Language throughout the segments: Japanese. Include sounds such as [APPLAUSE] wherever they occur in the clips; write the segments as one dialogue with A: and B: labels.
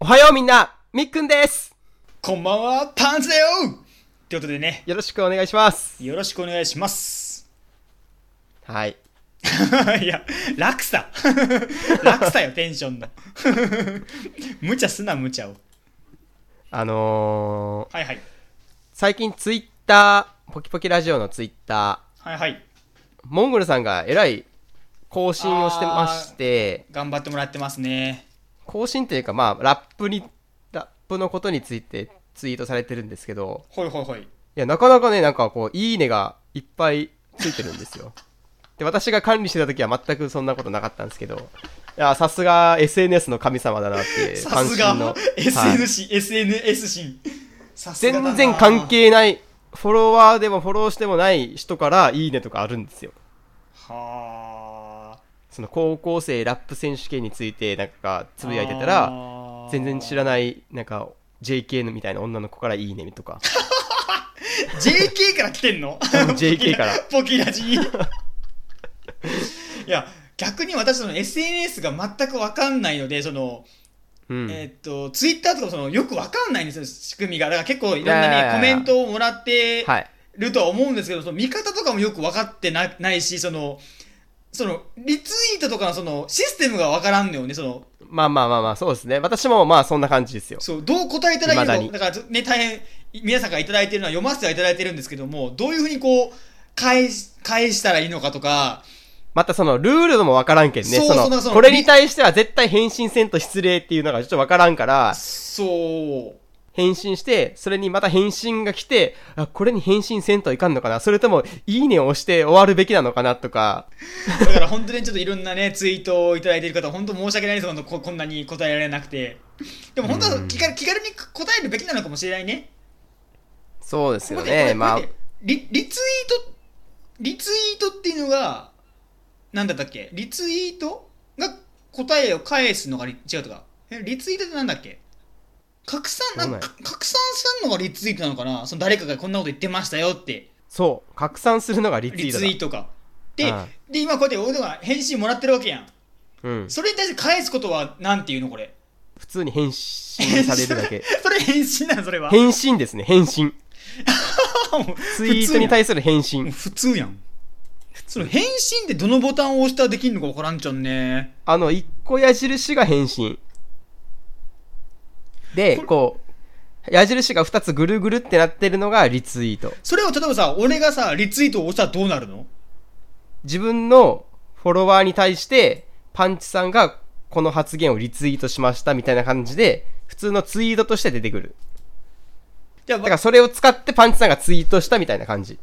A: おはようみんなみっくんです
B: こんばんは、パンツだよということでね、
A: よろしくお願いします
B: よろしくお願いします。 [LAUGHS]
A: はい。
B: いや、落差 [LAUGHS] 落差よ、テンションの。 [LAUGHS] 無茶すな、無茶を。
A: あのー、
B: はいはい。
A: 最近ツイッター、ポキポキラジオのツイッタ
B: はいはい。
A: ー、モンゴルさんがえらい更新をしてまして、
B: 頑張ってもらってますね。
A: 更新というかまあ、ラップに、ラップのことについてツイートされてるんですけど、
B: ほいほいほい。
A: いや、なかなかね、なんかこう、いいねがいっぱいついてるんですよ。で、私が管理してた時は全くそんなことなかったんですけど、いや、さすが SNS の神様だなって、
B: さ
A: 関
B: す
A: 心の
B: が、
A: はい
B: SNS 神、SNS 神。さすがだな
A: 全然関。係ない、フォロワーでもフォローしてもない人からいいねとかあるんですよ。
B: はあ。
A: その高校生ラップ選手権についてなんかつぶやいてたら、全然知ら
B: い。
A: ない、なんか JK のみたいな女の子からいいねとか。
B: JK から来てんの
A: JK から
B: [LAUGHS] ポキラポキラジいや逆に私その SNS が全く分かんないのでその、
A: うん。
B: えーっとツイッターとかもそのよく分かんないんですよ仕組みがだから結構いろんな
A: や
B: い
A: いやい
B: ね
A: や
B: コメントをもらって
A: はい。
B: るとは思うんですけどその見方とかもよく分かってなないしそのそのリツイートとかのそのシステムが分からんのよねその
A: まあまあまあまあ、そうですね。私もまあそんな感じですよ。
B: そうどう答えいただける
A: 未
B: かだからね大変皆さんからいただいてるのは読ませてはいただいてるんですけどもどういうふうにこう返し返したらいいのかとか
A: またそのルールもわからんけんね。
B: そう
A: そ
B: そう
A: の
B: だそう
A: これに対しては絶対返信せんと失礼っていうのがちょっとわからんから、
B: そう
A: 返信して、それにまた返信が来て、あ、これに返信せんといかんのかなそれとも、いいねを押して終わるべきなのかなとか、
B: だから本当にちょっといろんなねツイートをいただいている方本当申し訳ないです本当ここんなに答えられなくてでも本当は気軽気軽に答えるべきなのかもしれないね
A: そうです
B: こ
A: よ
B: こで
A: ね。
B: ここで
A: まあ
B: ここ、でリリツイートリツイートっていうのが何だったっけリツイートが答えを返すのがリ違うとかえリツイートってなんだっけ拡散なん
A: わか
B: か拡散するのがリツイートなのかなその誰かがこんなこと言ってましたよって
A: そう、拡散するのがリツイ
B: リ
A: ート
B: ツ
A: だ。
B: イートかで,、
A: うん
B: で今こうやって俺が返信もらってるわけやん
A: うん。
B: それに対して返すことはなんていうのこれ
A: 普通に返信されるだけ。
B: [LAUGHS] それ返信なのそれは
A: 返信ですね、返信。ツイートに
B: して
A: 対する返
B: もう
A: 信。
B: 普通やんその返信ってどのボタンを押したらできるのか分からんちゃんね
A: あの、一個矢印が返信。で、こう、矢印が二つぐるぐるってなってるのがリツイート。
B: それを例えばさ俺がさリツイートを押したらどうなるの
A: 自分のフォロワーに対して、パンチさんがこの発言をリツイートしましたみたいな感じで、普通のツイートとして出てくる。
B: じゃあ
A: だからそれを使ってパンチさんがツイートしたみたいな感じ。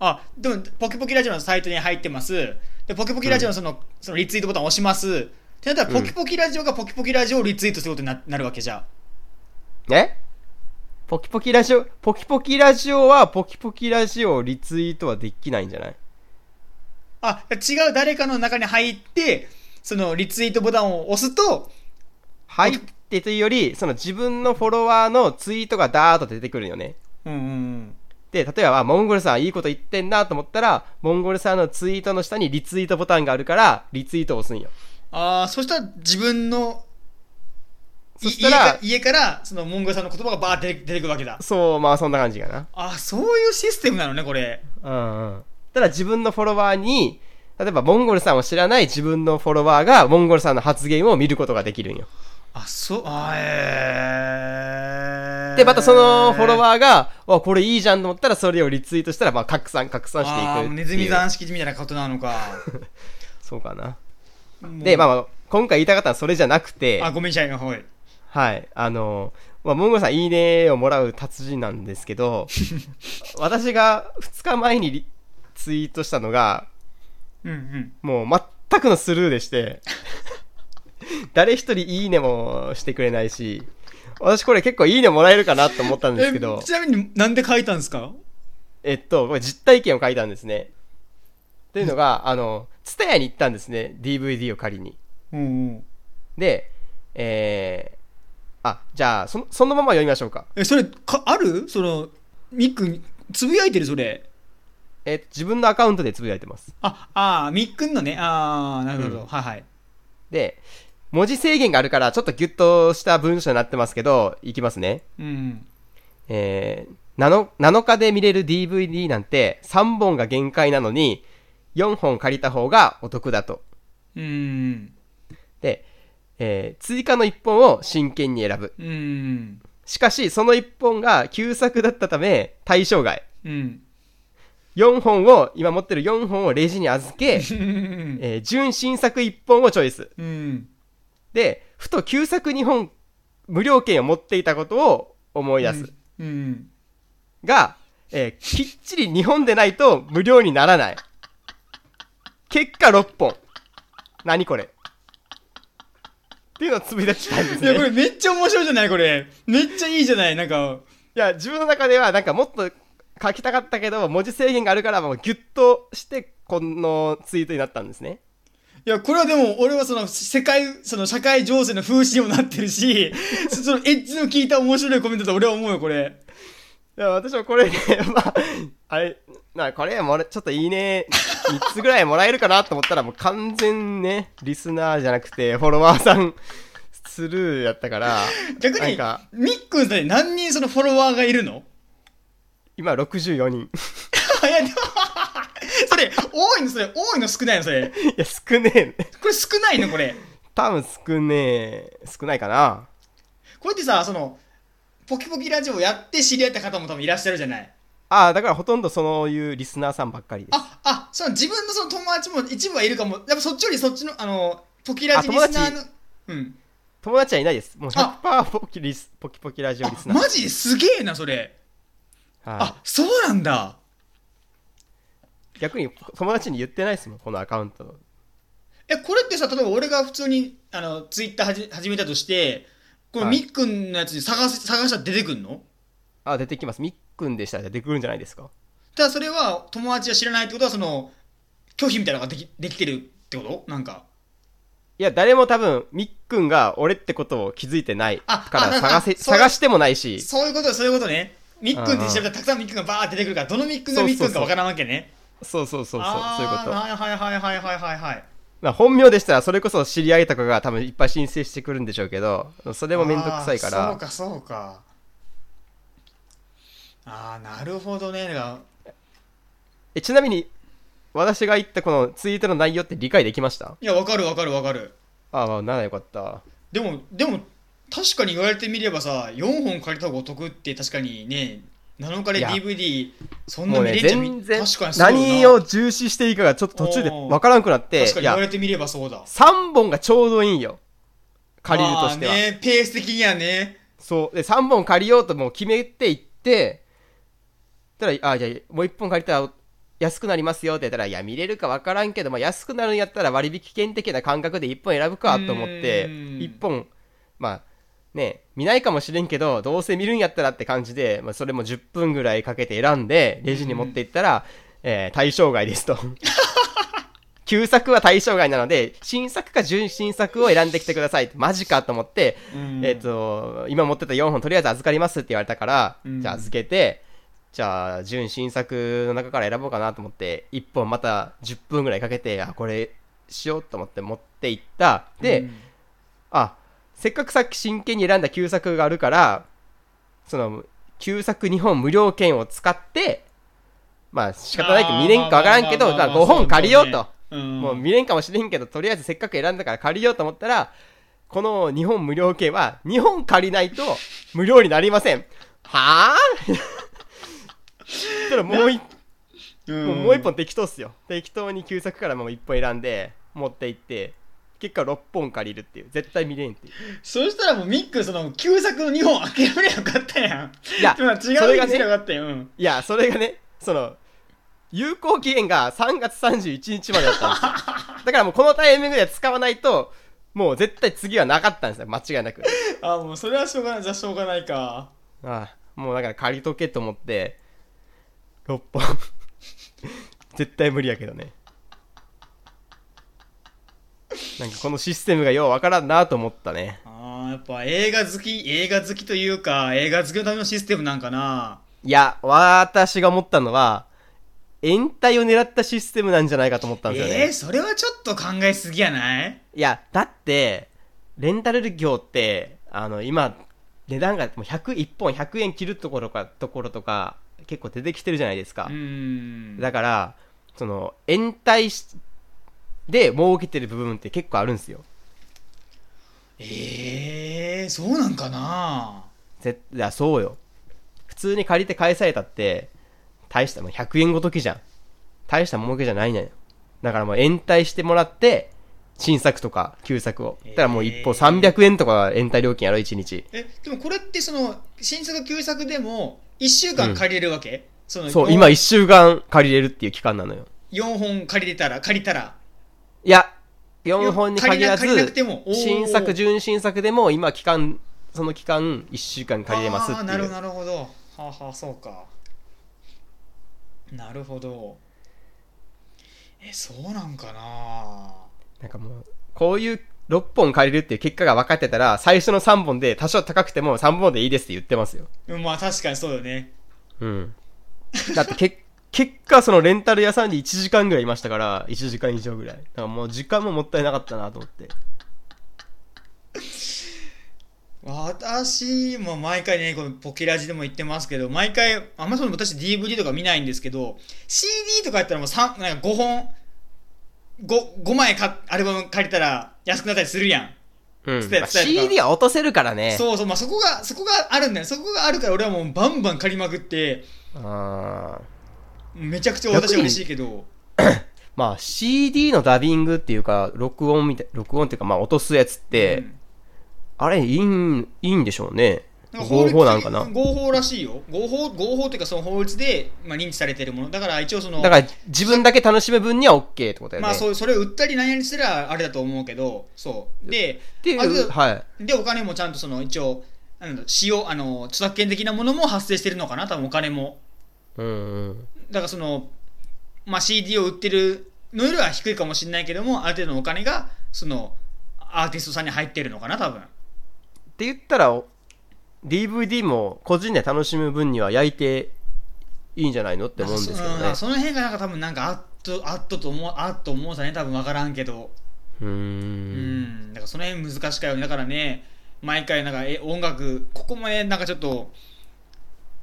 B: あでもポケポケラジオのサイトに入ってますでポケポケラジオのその,、そのリツイートボタンを押しますってなったらポケポケラジオがポケポケラジオをリツイートすることにななるわけじゃん
A: えポキポキラジオ、ポキポキラジオはポキポキラジオをリツイートはできないんじゃない
B: あ違う誰かの中に入ってそのリツイートボタンを押すと
A: 入ってというより、その自分のフォロワーのツイートがダーッと出てくるよね。
B: うんうんうん
A: で、例えば、あモンゴルさんいいこと言ってんなと思ったら、モンゴルさんのツイートの下にリツイートボタンがあるから、リツイートを押すんよ。
B: ああそしたら自分のい
A: そしたら
B: 家か家からそのモンゴルさんの言葉がバーって出て出てくるわけだ
A: そう、まあそんな感じかな。
B: あそういうシステムなのねこれ
A: うんうん。ただ自分のフォロワーに、例えばモンゴルさんを知らない自分のフォロワーがモンゴルさんの発言を見ることができるんよ。
B: あそうあえー、
A: で、またそのフォロ
B: ー
A: ワーが、わ、これいいじゃんと思ったらそれをリツイートしたら、まあ拡散、拡散していくっていう。
B: ネズミ山式みたいなことなのか
A: [LAUGHS] そうかな。
B: もう
A: で、まあまあ、今回言いたかったのはそれじゃなくて
B: あ、ごめんなさいのほい
A: はい、あの、まあ、モンゴルさんいいねをもらう達人なんですけ
B: [LAUGHS]
A: ど、私が2日前にリツイートしたのが、
B: うんうん
A: もう全くのスルーでして、誰一人いいねもしてくれないし、私これ結構いいねもらえるかなと思ったんですけど
B: え、ちなみになんで書いたんですか
A: えっと、これ実体験を書いたんですね。というのが、あの、ツタヤに行ったんですね、DVD を借りに。
B: うんうん
A: で、えー、あ、じゃあ、そのそのまま読みましょうか。
B: えそれかあるそのみっくんつぶやいてるそれ
A: えっと、自分のアカウントでつぶやいてます。
B: ああーみっくんのねああなるほど、
A: うん
B: はいはい
A: で、文字制限があるから、ちょっとギュッとした文章になってますけど、いきますね。
B: うん。
A: えー、7, 7日で見れる DVD なんて3本が限界なのに、4本借りた方がお得だと。
B: うん。
A: で、えー追加の1本を真剣に選ぶ。
B: うん。
A: しかし、その1本が旧作だったため、対象外。
B: うん。
A: 4本を、今持ってる4本をレジに預け、
B: うん。
A: えー純新作1本をチョイス。 [LAUGHS]
B: うん。
A: で、ふと旧作2本、無料券を持っていたことを思い出す。
B: うん。
A: が、えーきっちり2本でないと無料にならない。結果6本。何これっていうのをつぶやきたいんです
B: いや、こ
A: ね。
B: れめっちゃ面白いじゃないこれ。めっちゃいいじゃないなんか、
A: いや、自分の中ではなんかもっと書きたかったけど、文字制限があるからもうギュッとして、このツイートになったんですね。
B: いや、これはでも、俺はその、世界、その社会情勢の風刺にもなってるし、 [LAUGHS] そそのエッジの効いた面白いコメントだと俺は思うよ、これ。
A: いや、私もこれね、 [LAUGHS] まあ、あれ、まあ、これもら、ちょっといいね、3つぐらいもらえるかなと思ったら、もう完全ね、リスナーじゃなくて、フォロワーさん、スルーやったから、
B: 逆
A: なん
B: に
A: か、
B: みっくんさんに何人そのフォロワーがいるの [LAUGHS]
A: 今64人。 [LAUGHS]
B: いや、でも [LAUGHS] それ、多いのそれ、多いの少ないのそれ。
A: いや、少ねえね。
B: これ少ないのこれ。
A: 多分少ねえ、少ないかな。
B: これってさ、その、ポキポキラジオやって知り合った方も多分いらっしゃるじゃない。
A: ああ、だからほとんどそういうリスナーさんばっかりです。
B: あ、あ、その自分のその友達も一部はいるかも。やっぱそっちよりそっちの、あの、ポキラジリスナーの。うん。
A: 友達はいないです。もう
B: あ
A: 100%ポキリスポキポキラジオリ
B: あ
A: ス、ナー。
B: マジすげえな、それ。
A: は
B: あ、そうなんだ。
A: い、逆に友達に言ってないですもん、このアカウントの。
B: え、これってさ、例えば俺が普通に、あの、ツイッターはじ始めたとして、この
A: はい
B: みっくんのやつに探す、探したら出てくんの
A: あ、出てきます。みっくんでしたら出てくるんじゃないですか。
B: ただそれは友達は知らないってことは、その、拒否みたいなのができできてるってことなんか。
A: いや、誰も多分、みっくんが俺ってことを気づいてない
B: あ
A: から
B: あなんか
A: 探せ、
B: そう
A: 探してもないし、
B: そういうことそういうことね。みっくんって調べたらたくさんみっくんがバーって出てくるから、どのみっくんがみっくんかわからんわけね。
A: そうそうそうそう、
B: あ
A: そういうこ
B: ー
A: と。
B: はいはいはいはいはいはいはい。
A: まあ、本名でしたら、それこそ知り合いとかが多分いっぱい申請してくるんでしょうけど、それもめんどくさいか
B: あー
A: ら
B: そう、かそうかああなるほどねだか
A: えちなみに、私が言ったこのツイートの内容って理解できました
B: らいやわかるわかるわかる
A: ああ、まあならよかった。
B: でもでも確かに言われてみればさ4本借りた方がお得って確かにね7日
A: い
B: で
A: や
B: DVD そんな
A: もう
B: 見
A: ね、
B: れちゃう
A: 全然
B: 確かに、そうだな
A: 何を重視していいかがちょっと途中でわからんくなって
B: 確か、
A: い
B: に言
A: や
B: わ、れてみればそうだ
A: 3本がちょうどいいんよ。借りるとしては
B: まあ。ねペース的にはね
A: そう。で、3本借りようともう決めていって、たら、あ、じゃあもう1本借りたら安くなりますよって言ったら、いや、見れるか分からんけど、まあ、安くなるんやったら割引券的な感覚で1本選ぶかと思って、
B: うーん
A: 1本、まあ、ね、見ないかもしれんけど、どうせ見るんやったらって感じで、まあ、それも10分ぐらいかけて選んで、レジに持っていったら、えー対象外です
B: [LAUGHS]
A: と。旧作は対象外なので、新作か純新作を選んできてくださいって。マジかと思って、
B: うん
A: えっ、と、今持ってた4本とりあえず預かりますって言われたから、
B: うん
A: じゃあ預けて、じゃあ、純新作の中から選ぼうかなと思って、1本また10分ぐらいかけて、あ、これしようと思って持っていった。で、
B: うん
A: あ、せっかくさっき真剣に選んだ旧作があるから、その、旧作2本無料券を使って、まあ仕方ないけど
B: あー
A: 見れんかわからんけど、
B: まあまあまあ
A: 5本借りよう
B: そ
A: と
B: だ。ねうん
A: もう見れんかもしれんけど、とりあえずせっかく選んだから借りようと思ったら、この日本無料券は、日本借りないと無料になりません。はぁ [LAUGHS] ただもうい
B: うん
A: もうもう一本適当っすよ。適当に旧作からもう一本選んで、持っていって、結果6本借りるっていう。絶対見れんっていう。
B: そしたらもうミックその旧作の2本諦めりゃよかったやん。
A: いや
B: 今違う
A: それが
B: に
A: ね
B: すりゃよかったよ。うん
A: いや、それがね、その、有効期限が3月31日までだったんですよ。だからもうこのタイミングで使わないと、もう絶対次はなかったんですよ。間違いなく。
B: あ、もうそれはしょうがない、じゃあしょうがないか。
A: ああもうだから借りとけと思って6本 [LAUGHS] 絶対無理やけどねなんかこのシステムがようわからんなと思ったね
B: あーやっぱ映画好き、映画好きというか、映画好きのためのシステムなんかな。
A: いや私が思ったのは延滞を狙ったシステムなんじゃないかと思ったんですよね
B: えー、それはちょっと考えすぎやない
A: いやだってレンタル業って、あの、今、値段がもう100、1本100円切るところか、ところとか、結構出てきてるじゃないですか。
B: ん
A: だから、その、延滞し、で儲けてる部分って結構あるんですよ。
B: ええー、そうなんかな
A: 絶いやそうよ普通に借りて返されたって大したもう100円ごときじゃん大した儲けじゃないのよだからもう延滞してもらって新作とか旧作を
B: えー
A: だからもう一方300円とかが延滞料金やろ1日
B: えでもこれってその新作旧作でも1週間借りれるわけ、その
A: そう
B: よん
A: 今1週間借りれるっていう期間なのよ
B: 4本借りれたら借りたら
A: いや4本に限らず
B: 借りなくてもおー
A: 新作純新作でも今期間その期間1週間借りれますっ
B: あ
A: て
B: あ
A: いう
B: なるほどなるほどはあ、はあ、そうかなるほどえそうなんかな
A: なんかもう、こういう6本借りるっていう結果が分かってたら、最初の3本で多少高くても3本でいいですって言ってますよ。
B: うんまあ確かにそうよね
A: うん。だってけ [LAUGHS] 結果、そのレンタル屋さんに1時間ぐらいいましたから、1時間以上ぐらい。だからもう時間ももったいなかったなと思って。
B: 私も毎回ねこのポケラジでも言ってますけど毎回あんまその私 DVD とか見ないんですけど CD とかやったらもう三なんか5本 5, 5枚かアルバム借りたら安くなったりするやん
A: うん
B: 伝え
A: まあ
B: 伝えるから
A: CD は落とせるからね。
B: そうそう、まあ、そこが、そこがあるんだよ。そこがあるから、俺はもうバンバン借りまくって、
A: あー
B: めちゃくちゃ私は嬉しいけど、
A: まあ CD のダビングっていうか、録音みたい、録音っていうか、まあ落とすやつって、
B: うん
A: あれ、いいん、いいんでしょうね。
B: なんか
A: 合
B: 律
A: 法なんかな。
B: 合法らしいよ。合法、合法っていうか、その法律で、まあ、認知されてるもの。だから、一応その、
A: だから自分だけ楽しむ分には OK ってことだよね。
B: まあ、そう、それを売ったり何々したら、あれだと思うけど、そう。で、
A: ってい
B: ある
A: う、はい。
B: で、お金もちゃんとその、一応、なんだ、使用、あの、著作権的なものも発生してるのかな、多分お金も。
A: うんうん。
B: だからその、まあ、CD を売ってるのよりは低いかもしれないけどもある程度のお金がそのアーティストさんに入ってるのかな多分
A: って言ったら、お DVD も個人で楽しむ分には焼いていいんじゃないのって思うんですけど
B: なん
A: ね
B: か。その辺がなんか多分なんかあっとあっとと思うあっと思うさね多分分からんけど
A: うー
B: うん
A: ん。
B: だからその辺難しかよねだからね毎回なんかえ音楽ここもねなんかちょっと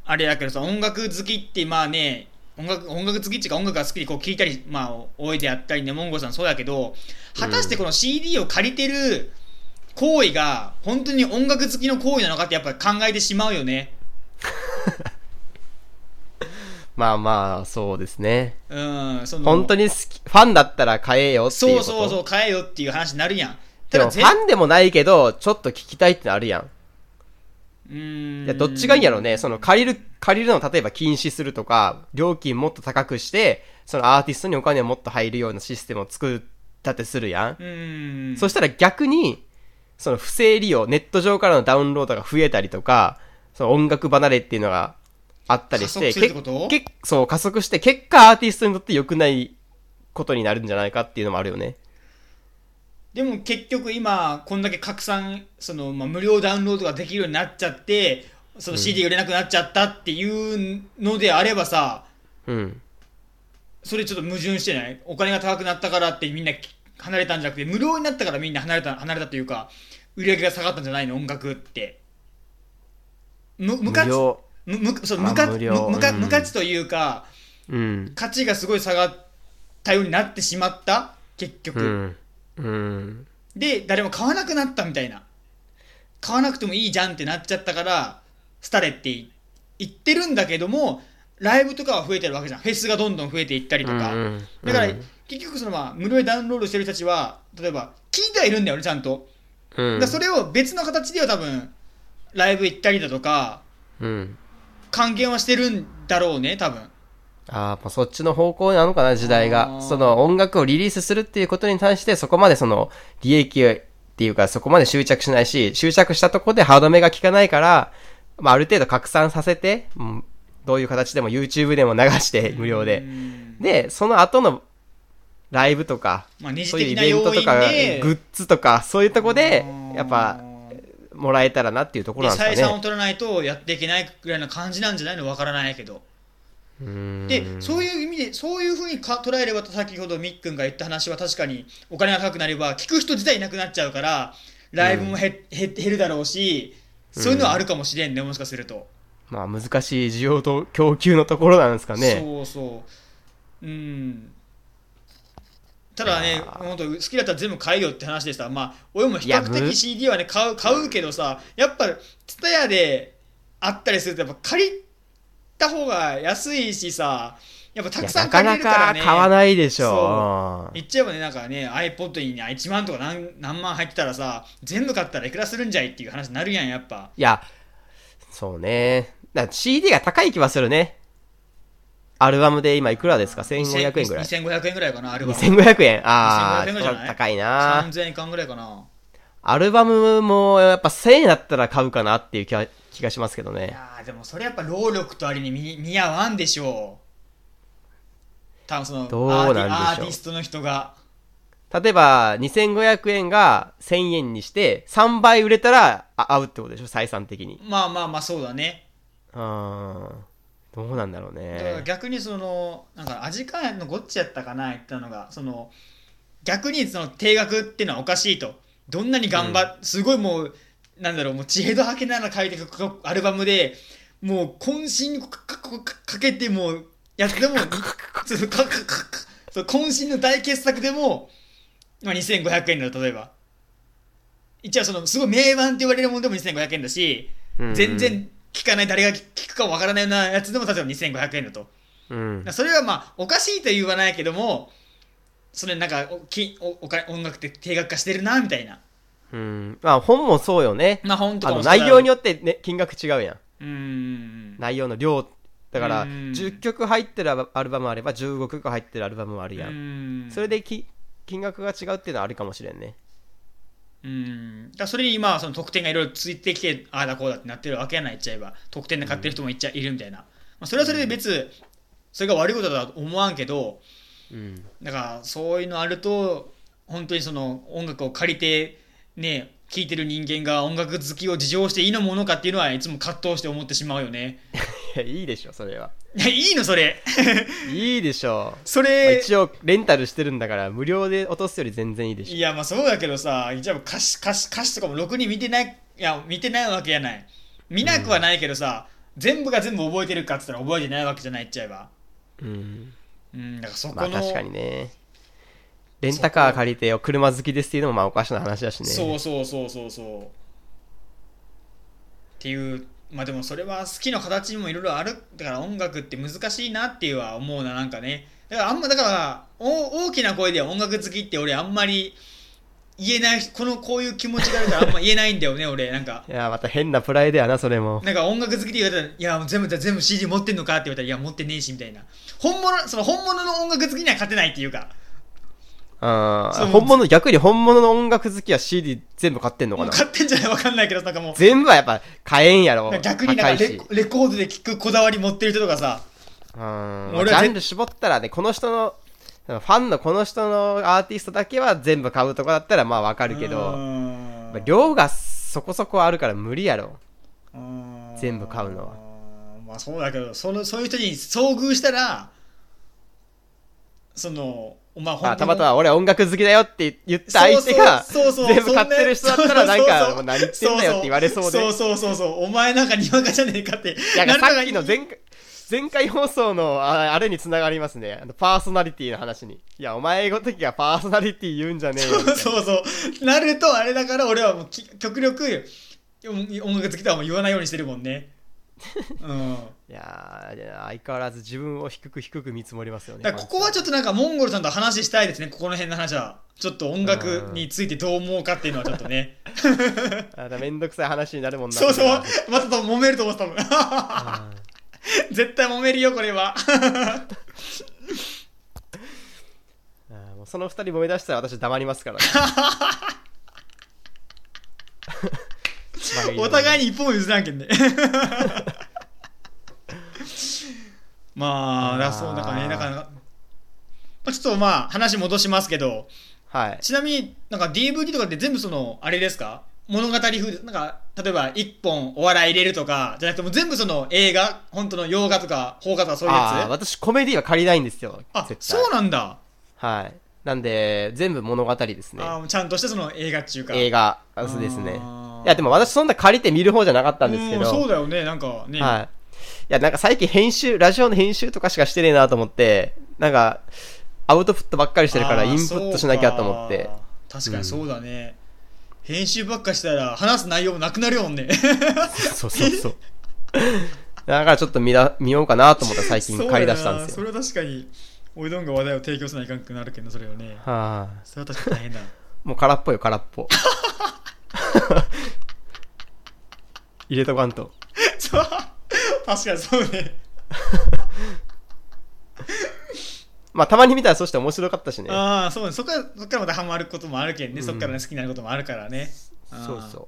B: あれだけどさ音楽好きってまあね音楽音楽好きっていうか音楽が好きでこう聞いたりまあおいであったりねモンゴルさんそうだけど果たしてこの CD を借りてる行為が本当に音楽好きの行為なのかってやっぱ考えてしまうよね
A: まあまあ、そうですね。
B: うんその
A: 本当
B: に
A: に好き、ファンだったら買えよっていう
B: そ
A: こ
B: う
A: と。
B: そうそう変えよっていう話になるやん
A: でも、フ
B: ぜ
A: ァンでもないけど、ちょっと聞きたいってのあるやん。
B: うん
A: いや、どっちがいいんやろうね。その、借りる、借りるのを例えば禁止するとか、料金もっと高くして、そのアーティストにお金をもっと入るようなシステムを作ったってするやん。
B: うん
A: そしたら逆に、その不正利用、ネット上からのダウンロードが増えたりとか、その音楽離れっていうのがあったりして、
B: 加速するってこと
A: けけそう、加速して、結果アーティストにとって良くないことになるんじゃないかっていうのもあるよね。
B: でも結局今こんだけ拡散その、まあ、無料ダウンロードができるようになっちゃってその CD 売れなくなっちゃったっていうのであればさ
A: うん。
B: それちょっと矛盾してないお金が高くなったからってみんな離れたんじゃなくて無料になったからみんな離れた離れたというか売り上げが下がったんじゃないの音楽ってむ無
A: 無
B: 価値
A: 料。
B: むむそう
A: あ
B: 無価
A: 無
B: 無
A: 料
B: 無価
A: うん
B: 無価値というか
A: うん。
B: 価値がすごい下がったようになってしまった結局、
A: うん。うん。
B: で誰も買わなくなったみたいな買わなくてもいいじゃんってなっちゃったから廃れてい言ってるんだけどもライブとかは増えてるわけじゃんフェスがどんどん増えていったりとか、
A: うんうん
B: だから、
A: うん
B: 結局そのまあ無料でダウンロードしてる人たちは例えば聞いてはいるんだよねちゃんと、
A: う
B: だ
A: ん
B: からそれを別の形では多分ライブ行ったりだとか
A: うん。
B: 還元はしてるんだろうね多分
A: ああ、まあそっちの方向なのかな、時代
B: あ
A: が。
B: ー
A: その音楽をリリースするっていうことに対して、そこまでその利益っていうか、そこまで執着しないし、執着したとこで歯止めが効かないから、まあ、ある程度拡散させて、うんどういう形でも YouTube でも流して、無料
B: う
A: で。
B: ん
A: で、その後のライブとか、
B: まあ二次
A: そういうイ
B: 的な
A: ベン
B: 要
A: ト
B: 因
A: とか、グ
B: で
A: ッズとか、そういうとこで
B: う、ん
A: やっぱ、もらえたらなっていうところな
B: で
A: んで
B: 採
A: すか
B: 算を
A: ね。
B: 取らないとやっていけないぐらいの感じなんじゃないのわからないけど
A: うーん
B: でそういう意味でそういうふうにか捉えれば先ほどみっくんが言った話は確かにお金が高くなれば聞く人自体いなくなっちゃうからライブも減、へ減るだろうしそういうのはあるかもしれんねもしかすると、
A: まあ難しい需要と供給のところなんですかね。
B: そうそううんただ
A: い
B: ね
A: やー
B: 本当好きだったら全部買えよって話でしたまあ俺も比
A: いや
B: 較
A: む
B: 的 CD はね買う買うけどさやっぱ TSUTAYA であったりするとやっぱ借りた方が安いしさやっぱた
A: い
B: く
A: や、
B: さ
A: なんか
B: 借り
A: な
B: れるから
A: か
B: ね
A: 買わないでしょ
B: そ。言っちゃえばねなんかね iPod にね1万とか何何万入ってたらさ全部買ったらいくらするんじゃいっていう話になるやんやっぱ
A: いや、そうね。だから CD が高い気はするね。アルバムで今いくらですか ?1500 円ぐらい。
B: 2500円ぐらいかなあれは
A: 2500円ああ、
B: 2500円ぐ
A: ち
B: らいじ
A: ょ
B: ゃ
A: っ
B: ない
A: と高いな。
B: 3000円間ぐらいかな
A: アルバムもやっぱ1000円だったら買うかなっていう気は気がしますけど
B: い
A: ね。
B: やーでもそれやっぱ労力とあれに見見合わんでしょう多分その
A: どうなんでしょう
B: アーティアーティストの人が
A: 例えば、2500円が1000円にして、3倍売れたらあ合うってことでしょ採算的に。
B: まあまあまあそうだね、
A: あーどうなんだろう
B: だから
A: ね。
B: 逆にそのなんかアジカンのごっちやったかな言ったのがその逆にその定額っていうのはおかしいとどんなに頑張っ、すごいもうなんだろうもう知恵度はけながら書いてくこアルバムでもう渾身にかかかかかけてもうやっても [LAUGHS] そうかかかかそう渾身の大傑作でも、まあ、2500円だと例えば一応そのすごい名盤って言われるものでも2500円だし
A: うん
B: 全然聞かない誰が聞くかわからないようなやつでも例えば2500円だと
A: うん。
B: それはまあおかしいとは言わないけどもそれなんかおきおおか音楽って定額化してるなみたいな
A: うん。まあ本もそうよね。
B: まあ本と
A: あの
B: かもそうだ
A: 内容によってね、金額違うやん。
B: うーん
A: 内容の量。だから、
B: うん
A: 10曲入ってるアルバムあれば、15曲入ってるアルバムもあるや。
B: うんーん
A: それでき金額が違うっていうのはあるかもしれんね。
B: うーんだからそれに今はその得点がいろいろついてきてああだこうだってなってるわけやない言っちゃえば得点で買ってる人もいっちゃいるみたいな、まあ、それはそれで別それが悪いことだとは思わんけど、
A: うん。
B: だからそういうのあると本当にその音楽を借りてね聴いてる人間が音楽好きを自情していいのものかっていうのはいつも葛藤して思ってしまうよね
A: いや、いいでしょ、それは。
B: いやいいの
A: [LAUGHS]
B: それ
A: いいでしょう。
B: そ
A: まあ
B: れ、
A: 一応、レンタルしてるんだから、無料で落とすより全然いいでしょ。
B: いやまあそうだけどさ一応歌詞歌詞歌詞とかもろくに見てないいや見てないわけやない見なくはないけどさ、全部が全部覚えてるかっつったら覚えてないわけじゃないっちゃえば
A: うん。
B: うんだからそこ
A: まあ、
B: の、
A: 確かにね。レンタカー借りてよ、車好きですっていうのも、まあ、おかしな話だしね。
B: そうそうそうそうそうっていうまあでもそれは好きの形にもいろいろあるだから音楽って難しいなっていうは思うななんかねだからあんまだからお大きな声で音楽好きって俺あんまり言えないこのこういう気持ちがあるからあんま言えないんだよね俺なんか
A: いや、また変なプライドやな、それも。
B: なんか音楽好きって言われたら「いや全部全部 CD 持ってんのか?」って言われたら「いや持ってねえし」みたいな本物その本物の音楽好きには勝てないっていうか
A: あ
B: そう
A: あ、本物、逆に本物の音楽好きは CD 全部買ってんの
B: も
A: かな
B: う勝ってんじゃないわかんないけどなんかもう
A: 全部はやっぱ買えんやろ。
B: 逆になん
A: 高
B: か
A: い
B: レ
A: し。
B: コレコードで聴くこだわり持ってる人とかさ
A: うんまあ
B: 俺
A: ジ
B: はぜ
A: ャンル絞ったらね、この人の、ファンのこの人のアーティストだけは全部買うとこだったらまあわかるけ
B: う
A: ど、
B: ーん
A: まあ量がそこそこあるから無理やろ。
B: うーん
A: 全部買うのは
B: まあそうだけどそのそういう人に遭遇したらそのお前
A: まあ、
B: 本
A: た
B: 当
A: ま
B: に
A: たま俺音楽好きだよって言った相手が、
B: そうそうそうそう
A: 全部買ってる人だったら
B: そん
A: なん
B: な
A: か、
B: そうそう
A: もう何言ってんだよって言われそうで。
B: そうそうそうそうそうお前なんかにわかじゃねえかって
A: いや
B: なる
A: さ
B: が
A: っきの前回前回放送のああれにつながりますね。あのパーソナリティの話に。いや、お前ごときがパーソナリティ言うんじゃねえよみたいな。
B: そうそうなるとあれだから俺はもうき極力音音楽好きとはもう言わないようにしてるもんねうん
A: いやー相変わらず自分を低く低く見積もりますよね。
B: だからここはちょっとなんかモンゴルさんと話したいですねここの辺の話はちょっと音楽についてどう思うかっていうのはちょっとね [LAUGHS]
A: あだからめんどくさい話になるもんな。
B: そうそう
A: これは
B: また多分揉めると思ってたもん [LAUGHS]
A: あー
B: 絶対揉めるよこれ [LAUGHS] は
A: あーもうその二人揉め出したら私黙りますから、
B: [LAUGHS]
A: ね。
B: お互
A: い
B: いに一歩も譲らんけん [LAUGHS] ねまあだからそうだからねだからまあちょっとまあ話戻しますけど
A: はい。
B: ちなみになんか DVD とかって全部そのあれですか物語風ですなんか例えば一本お笑い入れるとかじゃなくてもう全部そのその映画本当の洋画とか邦画とかそういう
A: ああー、
B: やつ
A: 私コメディは借りないんですよ。
B: あ
A: 絶対
B: そうなんだ
A: はい。なんで、全部物語ですね。
B: ああちゃんとしたその映画中か
A: 映
B: 画
A: 画、そうですね。
B: あー
A: いや、でも私そんな借りて見る方じゃなかったんですけど。
B: そうだよねなんかね、
A: はい。いや、なんか最近編集、ラジオの編集とかしかしてねえなと思って、なんか、アウトプットばっかりしてるから、
B: あー
A: インプットしなきゃと思って。
B: そうか確かにそうだね、編集ばっかしたら話す内容もなくな
A: [LAUGHS]
B: るもんね
A: そうそうそう。 [LAUGHS] だからちょっと見だ見ようかなと思ったら最近
B: [LAUGHS] そうだ
A: 買
B: よ
A: い
B: な
A: 出したんです
B: そ
A: よ。
B: れは確かにおいどんが話題を提供せないかんくなるけどそれはね
A: は
B: それは確かに大変だ
A: あ、もう空っぽよ、空っ
B: [LAUGHS]
A: ぽ。入れとかんと。
B: [LAUGHS] そう確かにそうね
A: まあ、たまに見たらそして面白かったしね。
B: ああそうねそっからそっからまたハマることもあるけんね、
A: うん
B: そっからね好きになることもあるからね
A: そう
B: う
A: そう。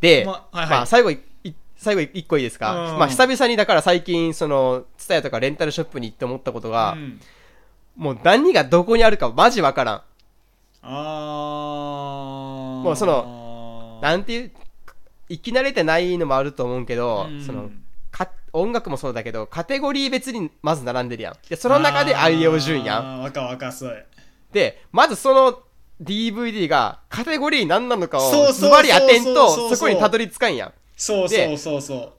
A: で、
B: まはいはい
A: まあ、最後い、い最後一個いいですか、
B: うん
A: まあ、久々にだから最近、その、ツタヤとかレンタルショップに行って思ったことが、
B: うん
A: もう何がどこにあるかマジわからん。
B: ああ
A: もうそ
B: の
A: なんていう、生き慣れてないのもあると思うけど、その、か音楽もそうだけど、カテゴリー別にまず並んでるやん。で、その中で愛用順やん。
B: ん若々しい
A: で、まずその DVD がカテゴリー何なのか
B: そうそ
A: を
B: う
A: ズバリ当てん
B: そうそうそ
A: と、
B: う
A: そこにたどり着かんやん。
B: そうそ
A: で
B: うそうそう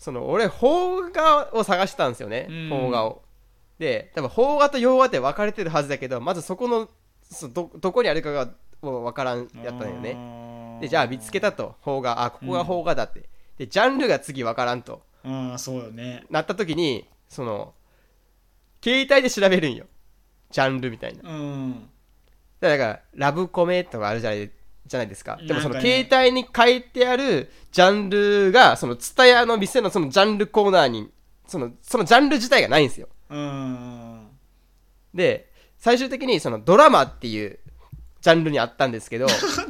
A: その、俺、邦画を探してたんですよね
B: うん。
A: 邦画を。で、多分邦画と洋画って分かれてるはずだけど、まずそこの、そど、どこにあるかがもう分からんやったんよね。
B: ね
A: でじゃあ見つけたと邦画あここが邦画だって、でジャンルが次わからんと
B: ああそうよね
A: なった時にその携帯で調べるんよジャンルみたいな
B: うん
A: だからラブコメとかあるじゃないじゃないですかでもその
B: なんかね
A: 携帯に書いてあるジャンルがその蔦屋の店のそのジャンルコーナーにそのそのジャンル自体がないんですよ
B: うん
A: で最終的にそのドラマっていうジャンルにあったんですけど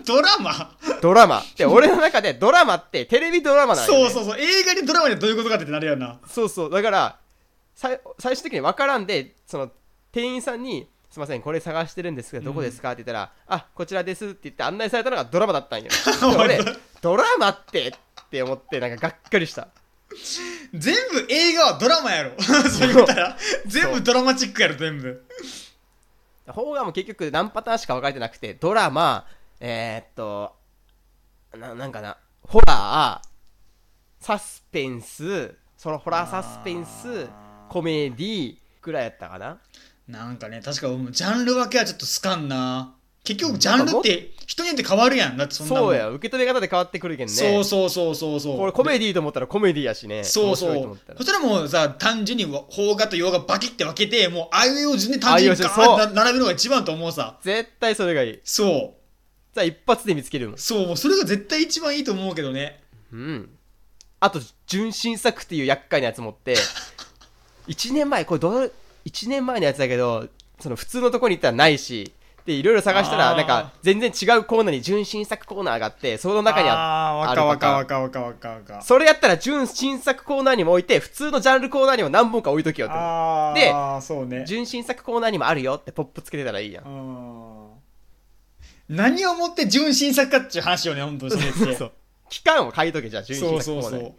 B: ドラマ
A: ドラマで俺の中でドラマってテレビドラマなんよ、ね、
B: そうそうそう映画でドラマでどういうことかってなるよな
A: そうそうだから最最終的に分からんでその店員さんに「すいませんこれ探してるんですけどどこですか?」って言ったら「あこちらです」って言って案内されたのがドラマだ
B: [LAUGHS]
A: ったんよで俺ドラマってって思ってなんかがっかりした
B: 全部映画はドラマやろ [LAUGHS] そう言ったら全
A: そう
B: 部ドラマチックやろ全部
A: 方がも結局何パターンしか分かれてなくてドラマえー、っとななんかなホラーサスペンスそのホラーサスペンスコメディぐらいやったかな
B: なんかね確かもうジャンル分けはちょっと好かんな結局ジャンルって人によって変わるやんだってそんなもん
A: そうや受け止め方で変わってくるけんね
B: そうそうそうそうそう
A: これコメディーと思ったらコメディーやしね。
B: そうそ
A: 面白いと思
B: う
A: ったら
B: そしたらもうさ単純に邦画と洋画バキって分けてもうあいうえお順で単純にガー
A: あいうえお順
B: ッて並べるのが一番と思うさ
A: 絶対それがいい。
B: そう
A: じゃあ一発で見つけるもん。
B: そう、もうそれが絶対一番いいと思うけどね。
A: うん。あと、純真作っていう厄介なやつ持って、1年前、これどう、1年前のやつだけど、その普通のとこに行ったらないし、で、いろいろ探した
B: あ
A: ら、
B: ー
A: なんか、全然違うコーナーに純真作コーナーがあって、その中にあっ
B: あ
A: あ
B: ーわ
A: る
B: かわ
A: パター
B: か
A: ン
B: わかわかわかわか。
A: それやったら純真作コーナーにも置いて、普通のジャンルコーナーにも何本か置いときよって思う。
B: あー、そうね。
A: 純真作コーナーにもあるよってポップつけてたらいいやん
B: う。ん何をもって純真作かっていう話よね、本当にそれって。
A: そう。期間を書いとけ、じゃあ、純
B: そ
A: 真
B: う
A: 作コ
B: そ
A: ーナ
B: う
A: ー
B: そ
A: に
B: う。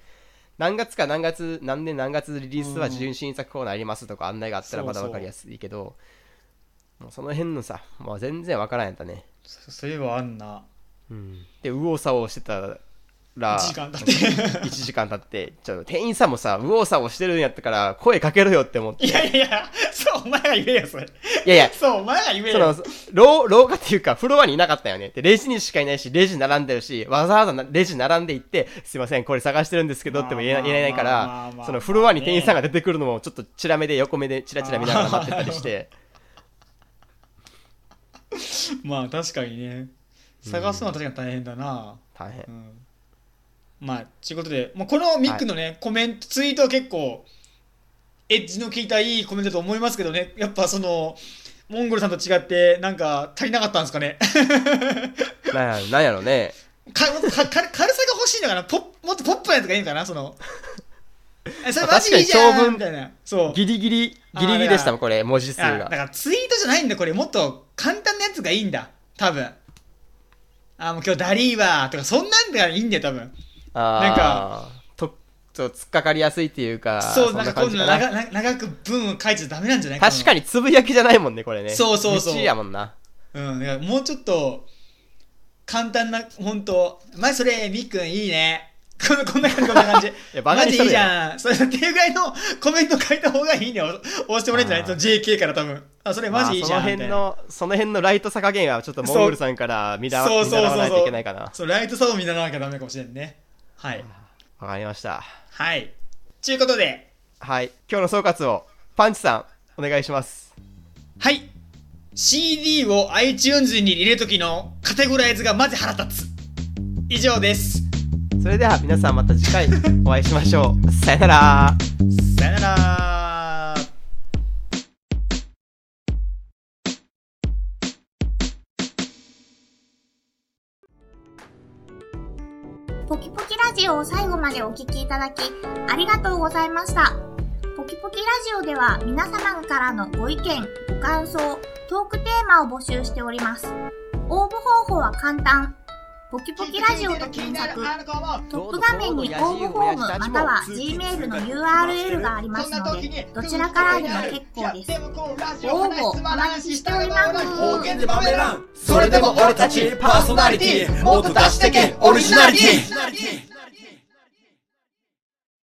A: 何月か何月何年何月リリースは
B: うん
A: 純真作コーナーありますとか案内があったらまだ
B: そうそう
A: 分かりやすいけどもうその辺のさもう全然分からんやったね、
B: そそういえばあんな。
A: うん、で右往左往してたら
B: 時間経って。
A: 1時間経ってちょっと店員さんもさ右往左往してるんやったから声かけろよって思って
B: いやいやいや、そう、お前が言えよ、それ。
A: いやいや
B: そう、お前が言え
A: その
B: よ。
A: 廊廊下っていうかフロアにいなかったよねでレジにしかいないしレジ並んでるしわざわざなレジ並んで行ってすいませんこれ探してるんですけどっても言えな
B: まあ
A: 言えないか
B: まあまあまあま
A: ら
B: あ
A: そのフロアに店員さんが出てくるのもちょっとチラ目で横目でチラチラ見ながら待ってたりして
B: まあ、確かにね。探すのは確かに大変だな。
A: 大変
B: うんまあ、ちゅうことで、もうこのミックのね、コメント、ツイートは結構、エッジの効いたいいコメントだと思いますけどね、やっぱその、モンゴルさんと違って、なんか足りなかったんですかね。
A: なんやなんやろね
B: か [LAUGHS] かか軽さが欲しいのかな、ポップもっとポップなやつがいいのかな、その。えそれマジいいじ
A: 確
B: ゃ
A: かに長
B: ん
A: 文
B: みたいな。そう。
A: ギリギリギリギリでしたもんこれ文字数
B: あだか
A: が
B: らツイートじゃないんだ、これ。もっと簡単なやつがいいんだ、多分。あ、もう今日ダリーはとか、そんなんがいいんだよ、多分。
A: あー
B: なんか
A: とと突っかかりやすいっていうか、
B: そう、
A: ん
B: なん
A: な
B: かこ
A: 感
B: ん
A: じ
B: な
A: かな。
B: 長な長く文を書いちゃダメなんじゃない
A: 確か
B: に。
A: につぶやきじゃないもんね、これね。
B: そうそうそう
A: 道やもんな。
B: うん、いやもうちょっと、簡単な、本当前それ、みっくんいいね。 [LAUGHS] このこんな感じ、こんな感じ。
A: [LAUGHS] いや、バカ
B: マ
A: に
B: ジ
A: しと
B: いい
A: る
B: じ
A: やん。
B: ゃん。それっていうぐらいのコメント書いた方がいいね。押押してもらえんじゃない
A: あー
B: その JK から多分。あ、それマジいいじゃん。
A: まあその辺
B: み
A: の、その辺のライトさ加減はちょっとモンゴルさんから見
B: たい
A: 習
B: な。そう
A: わ見
B: そう
A: 習わ
B: そ
A: な
B: う
A: いとい
B: そ
A: け
B: う
A: ないかな。
B: そう、ライトさを見習わなきゃダメかもしれんね。はい。
A: わかりました。
B: はい。ちゅうことで、
A: はい。今日の総括を、パンチさん、お願いします。
B: はい。CD を iTunes に入れる時のカテゴライズがマジ腹立つ。以上です。
A: それでは皆さんまた次回お会いしましょう。さよなら。
B: さよなら
C: ポキポキラジオを最後までお聞きいただき、ありがとうございました。ポキポキラジオでは皆様からのご意見、ご感想、トークテーマを募集しております。応募方法は簡単。ポキポキラジオと検索、トップ画面に応募フォームまたは Gmail の URL がありますので、どちらからでも結構です。応募お待ちしており
D: 方
C: ます
D: 言。で豆らんそれでも俺たちパーソナリティもっと出してけオリジナリティ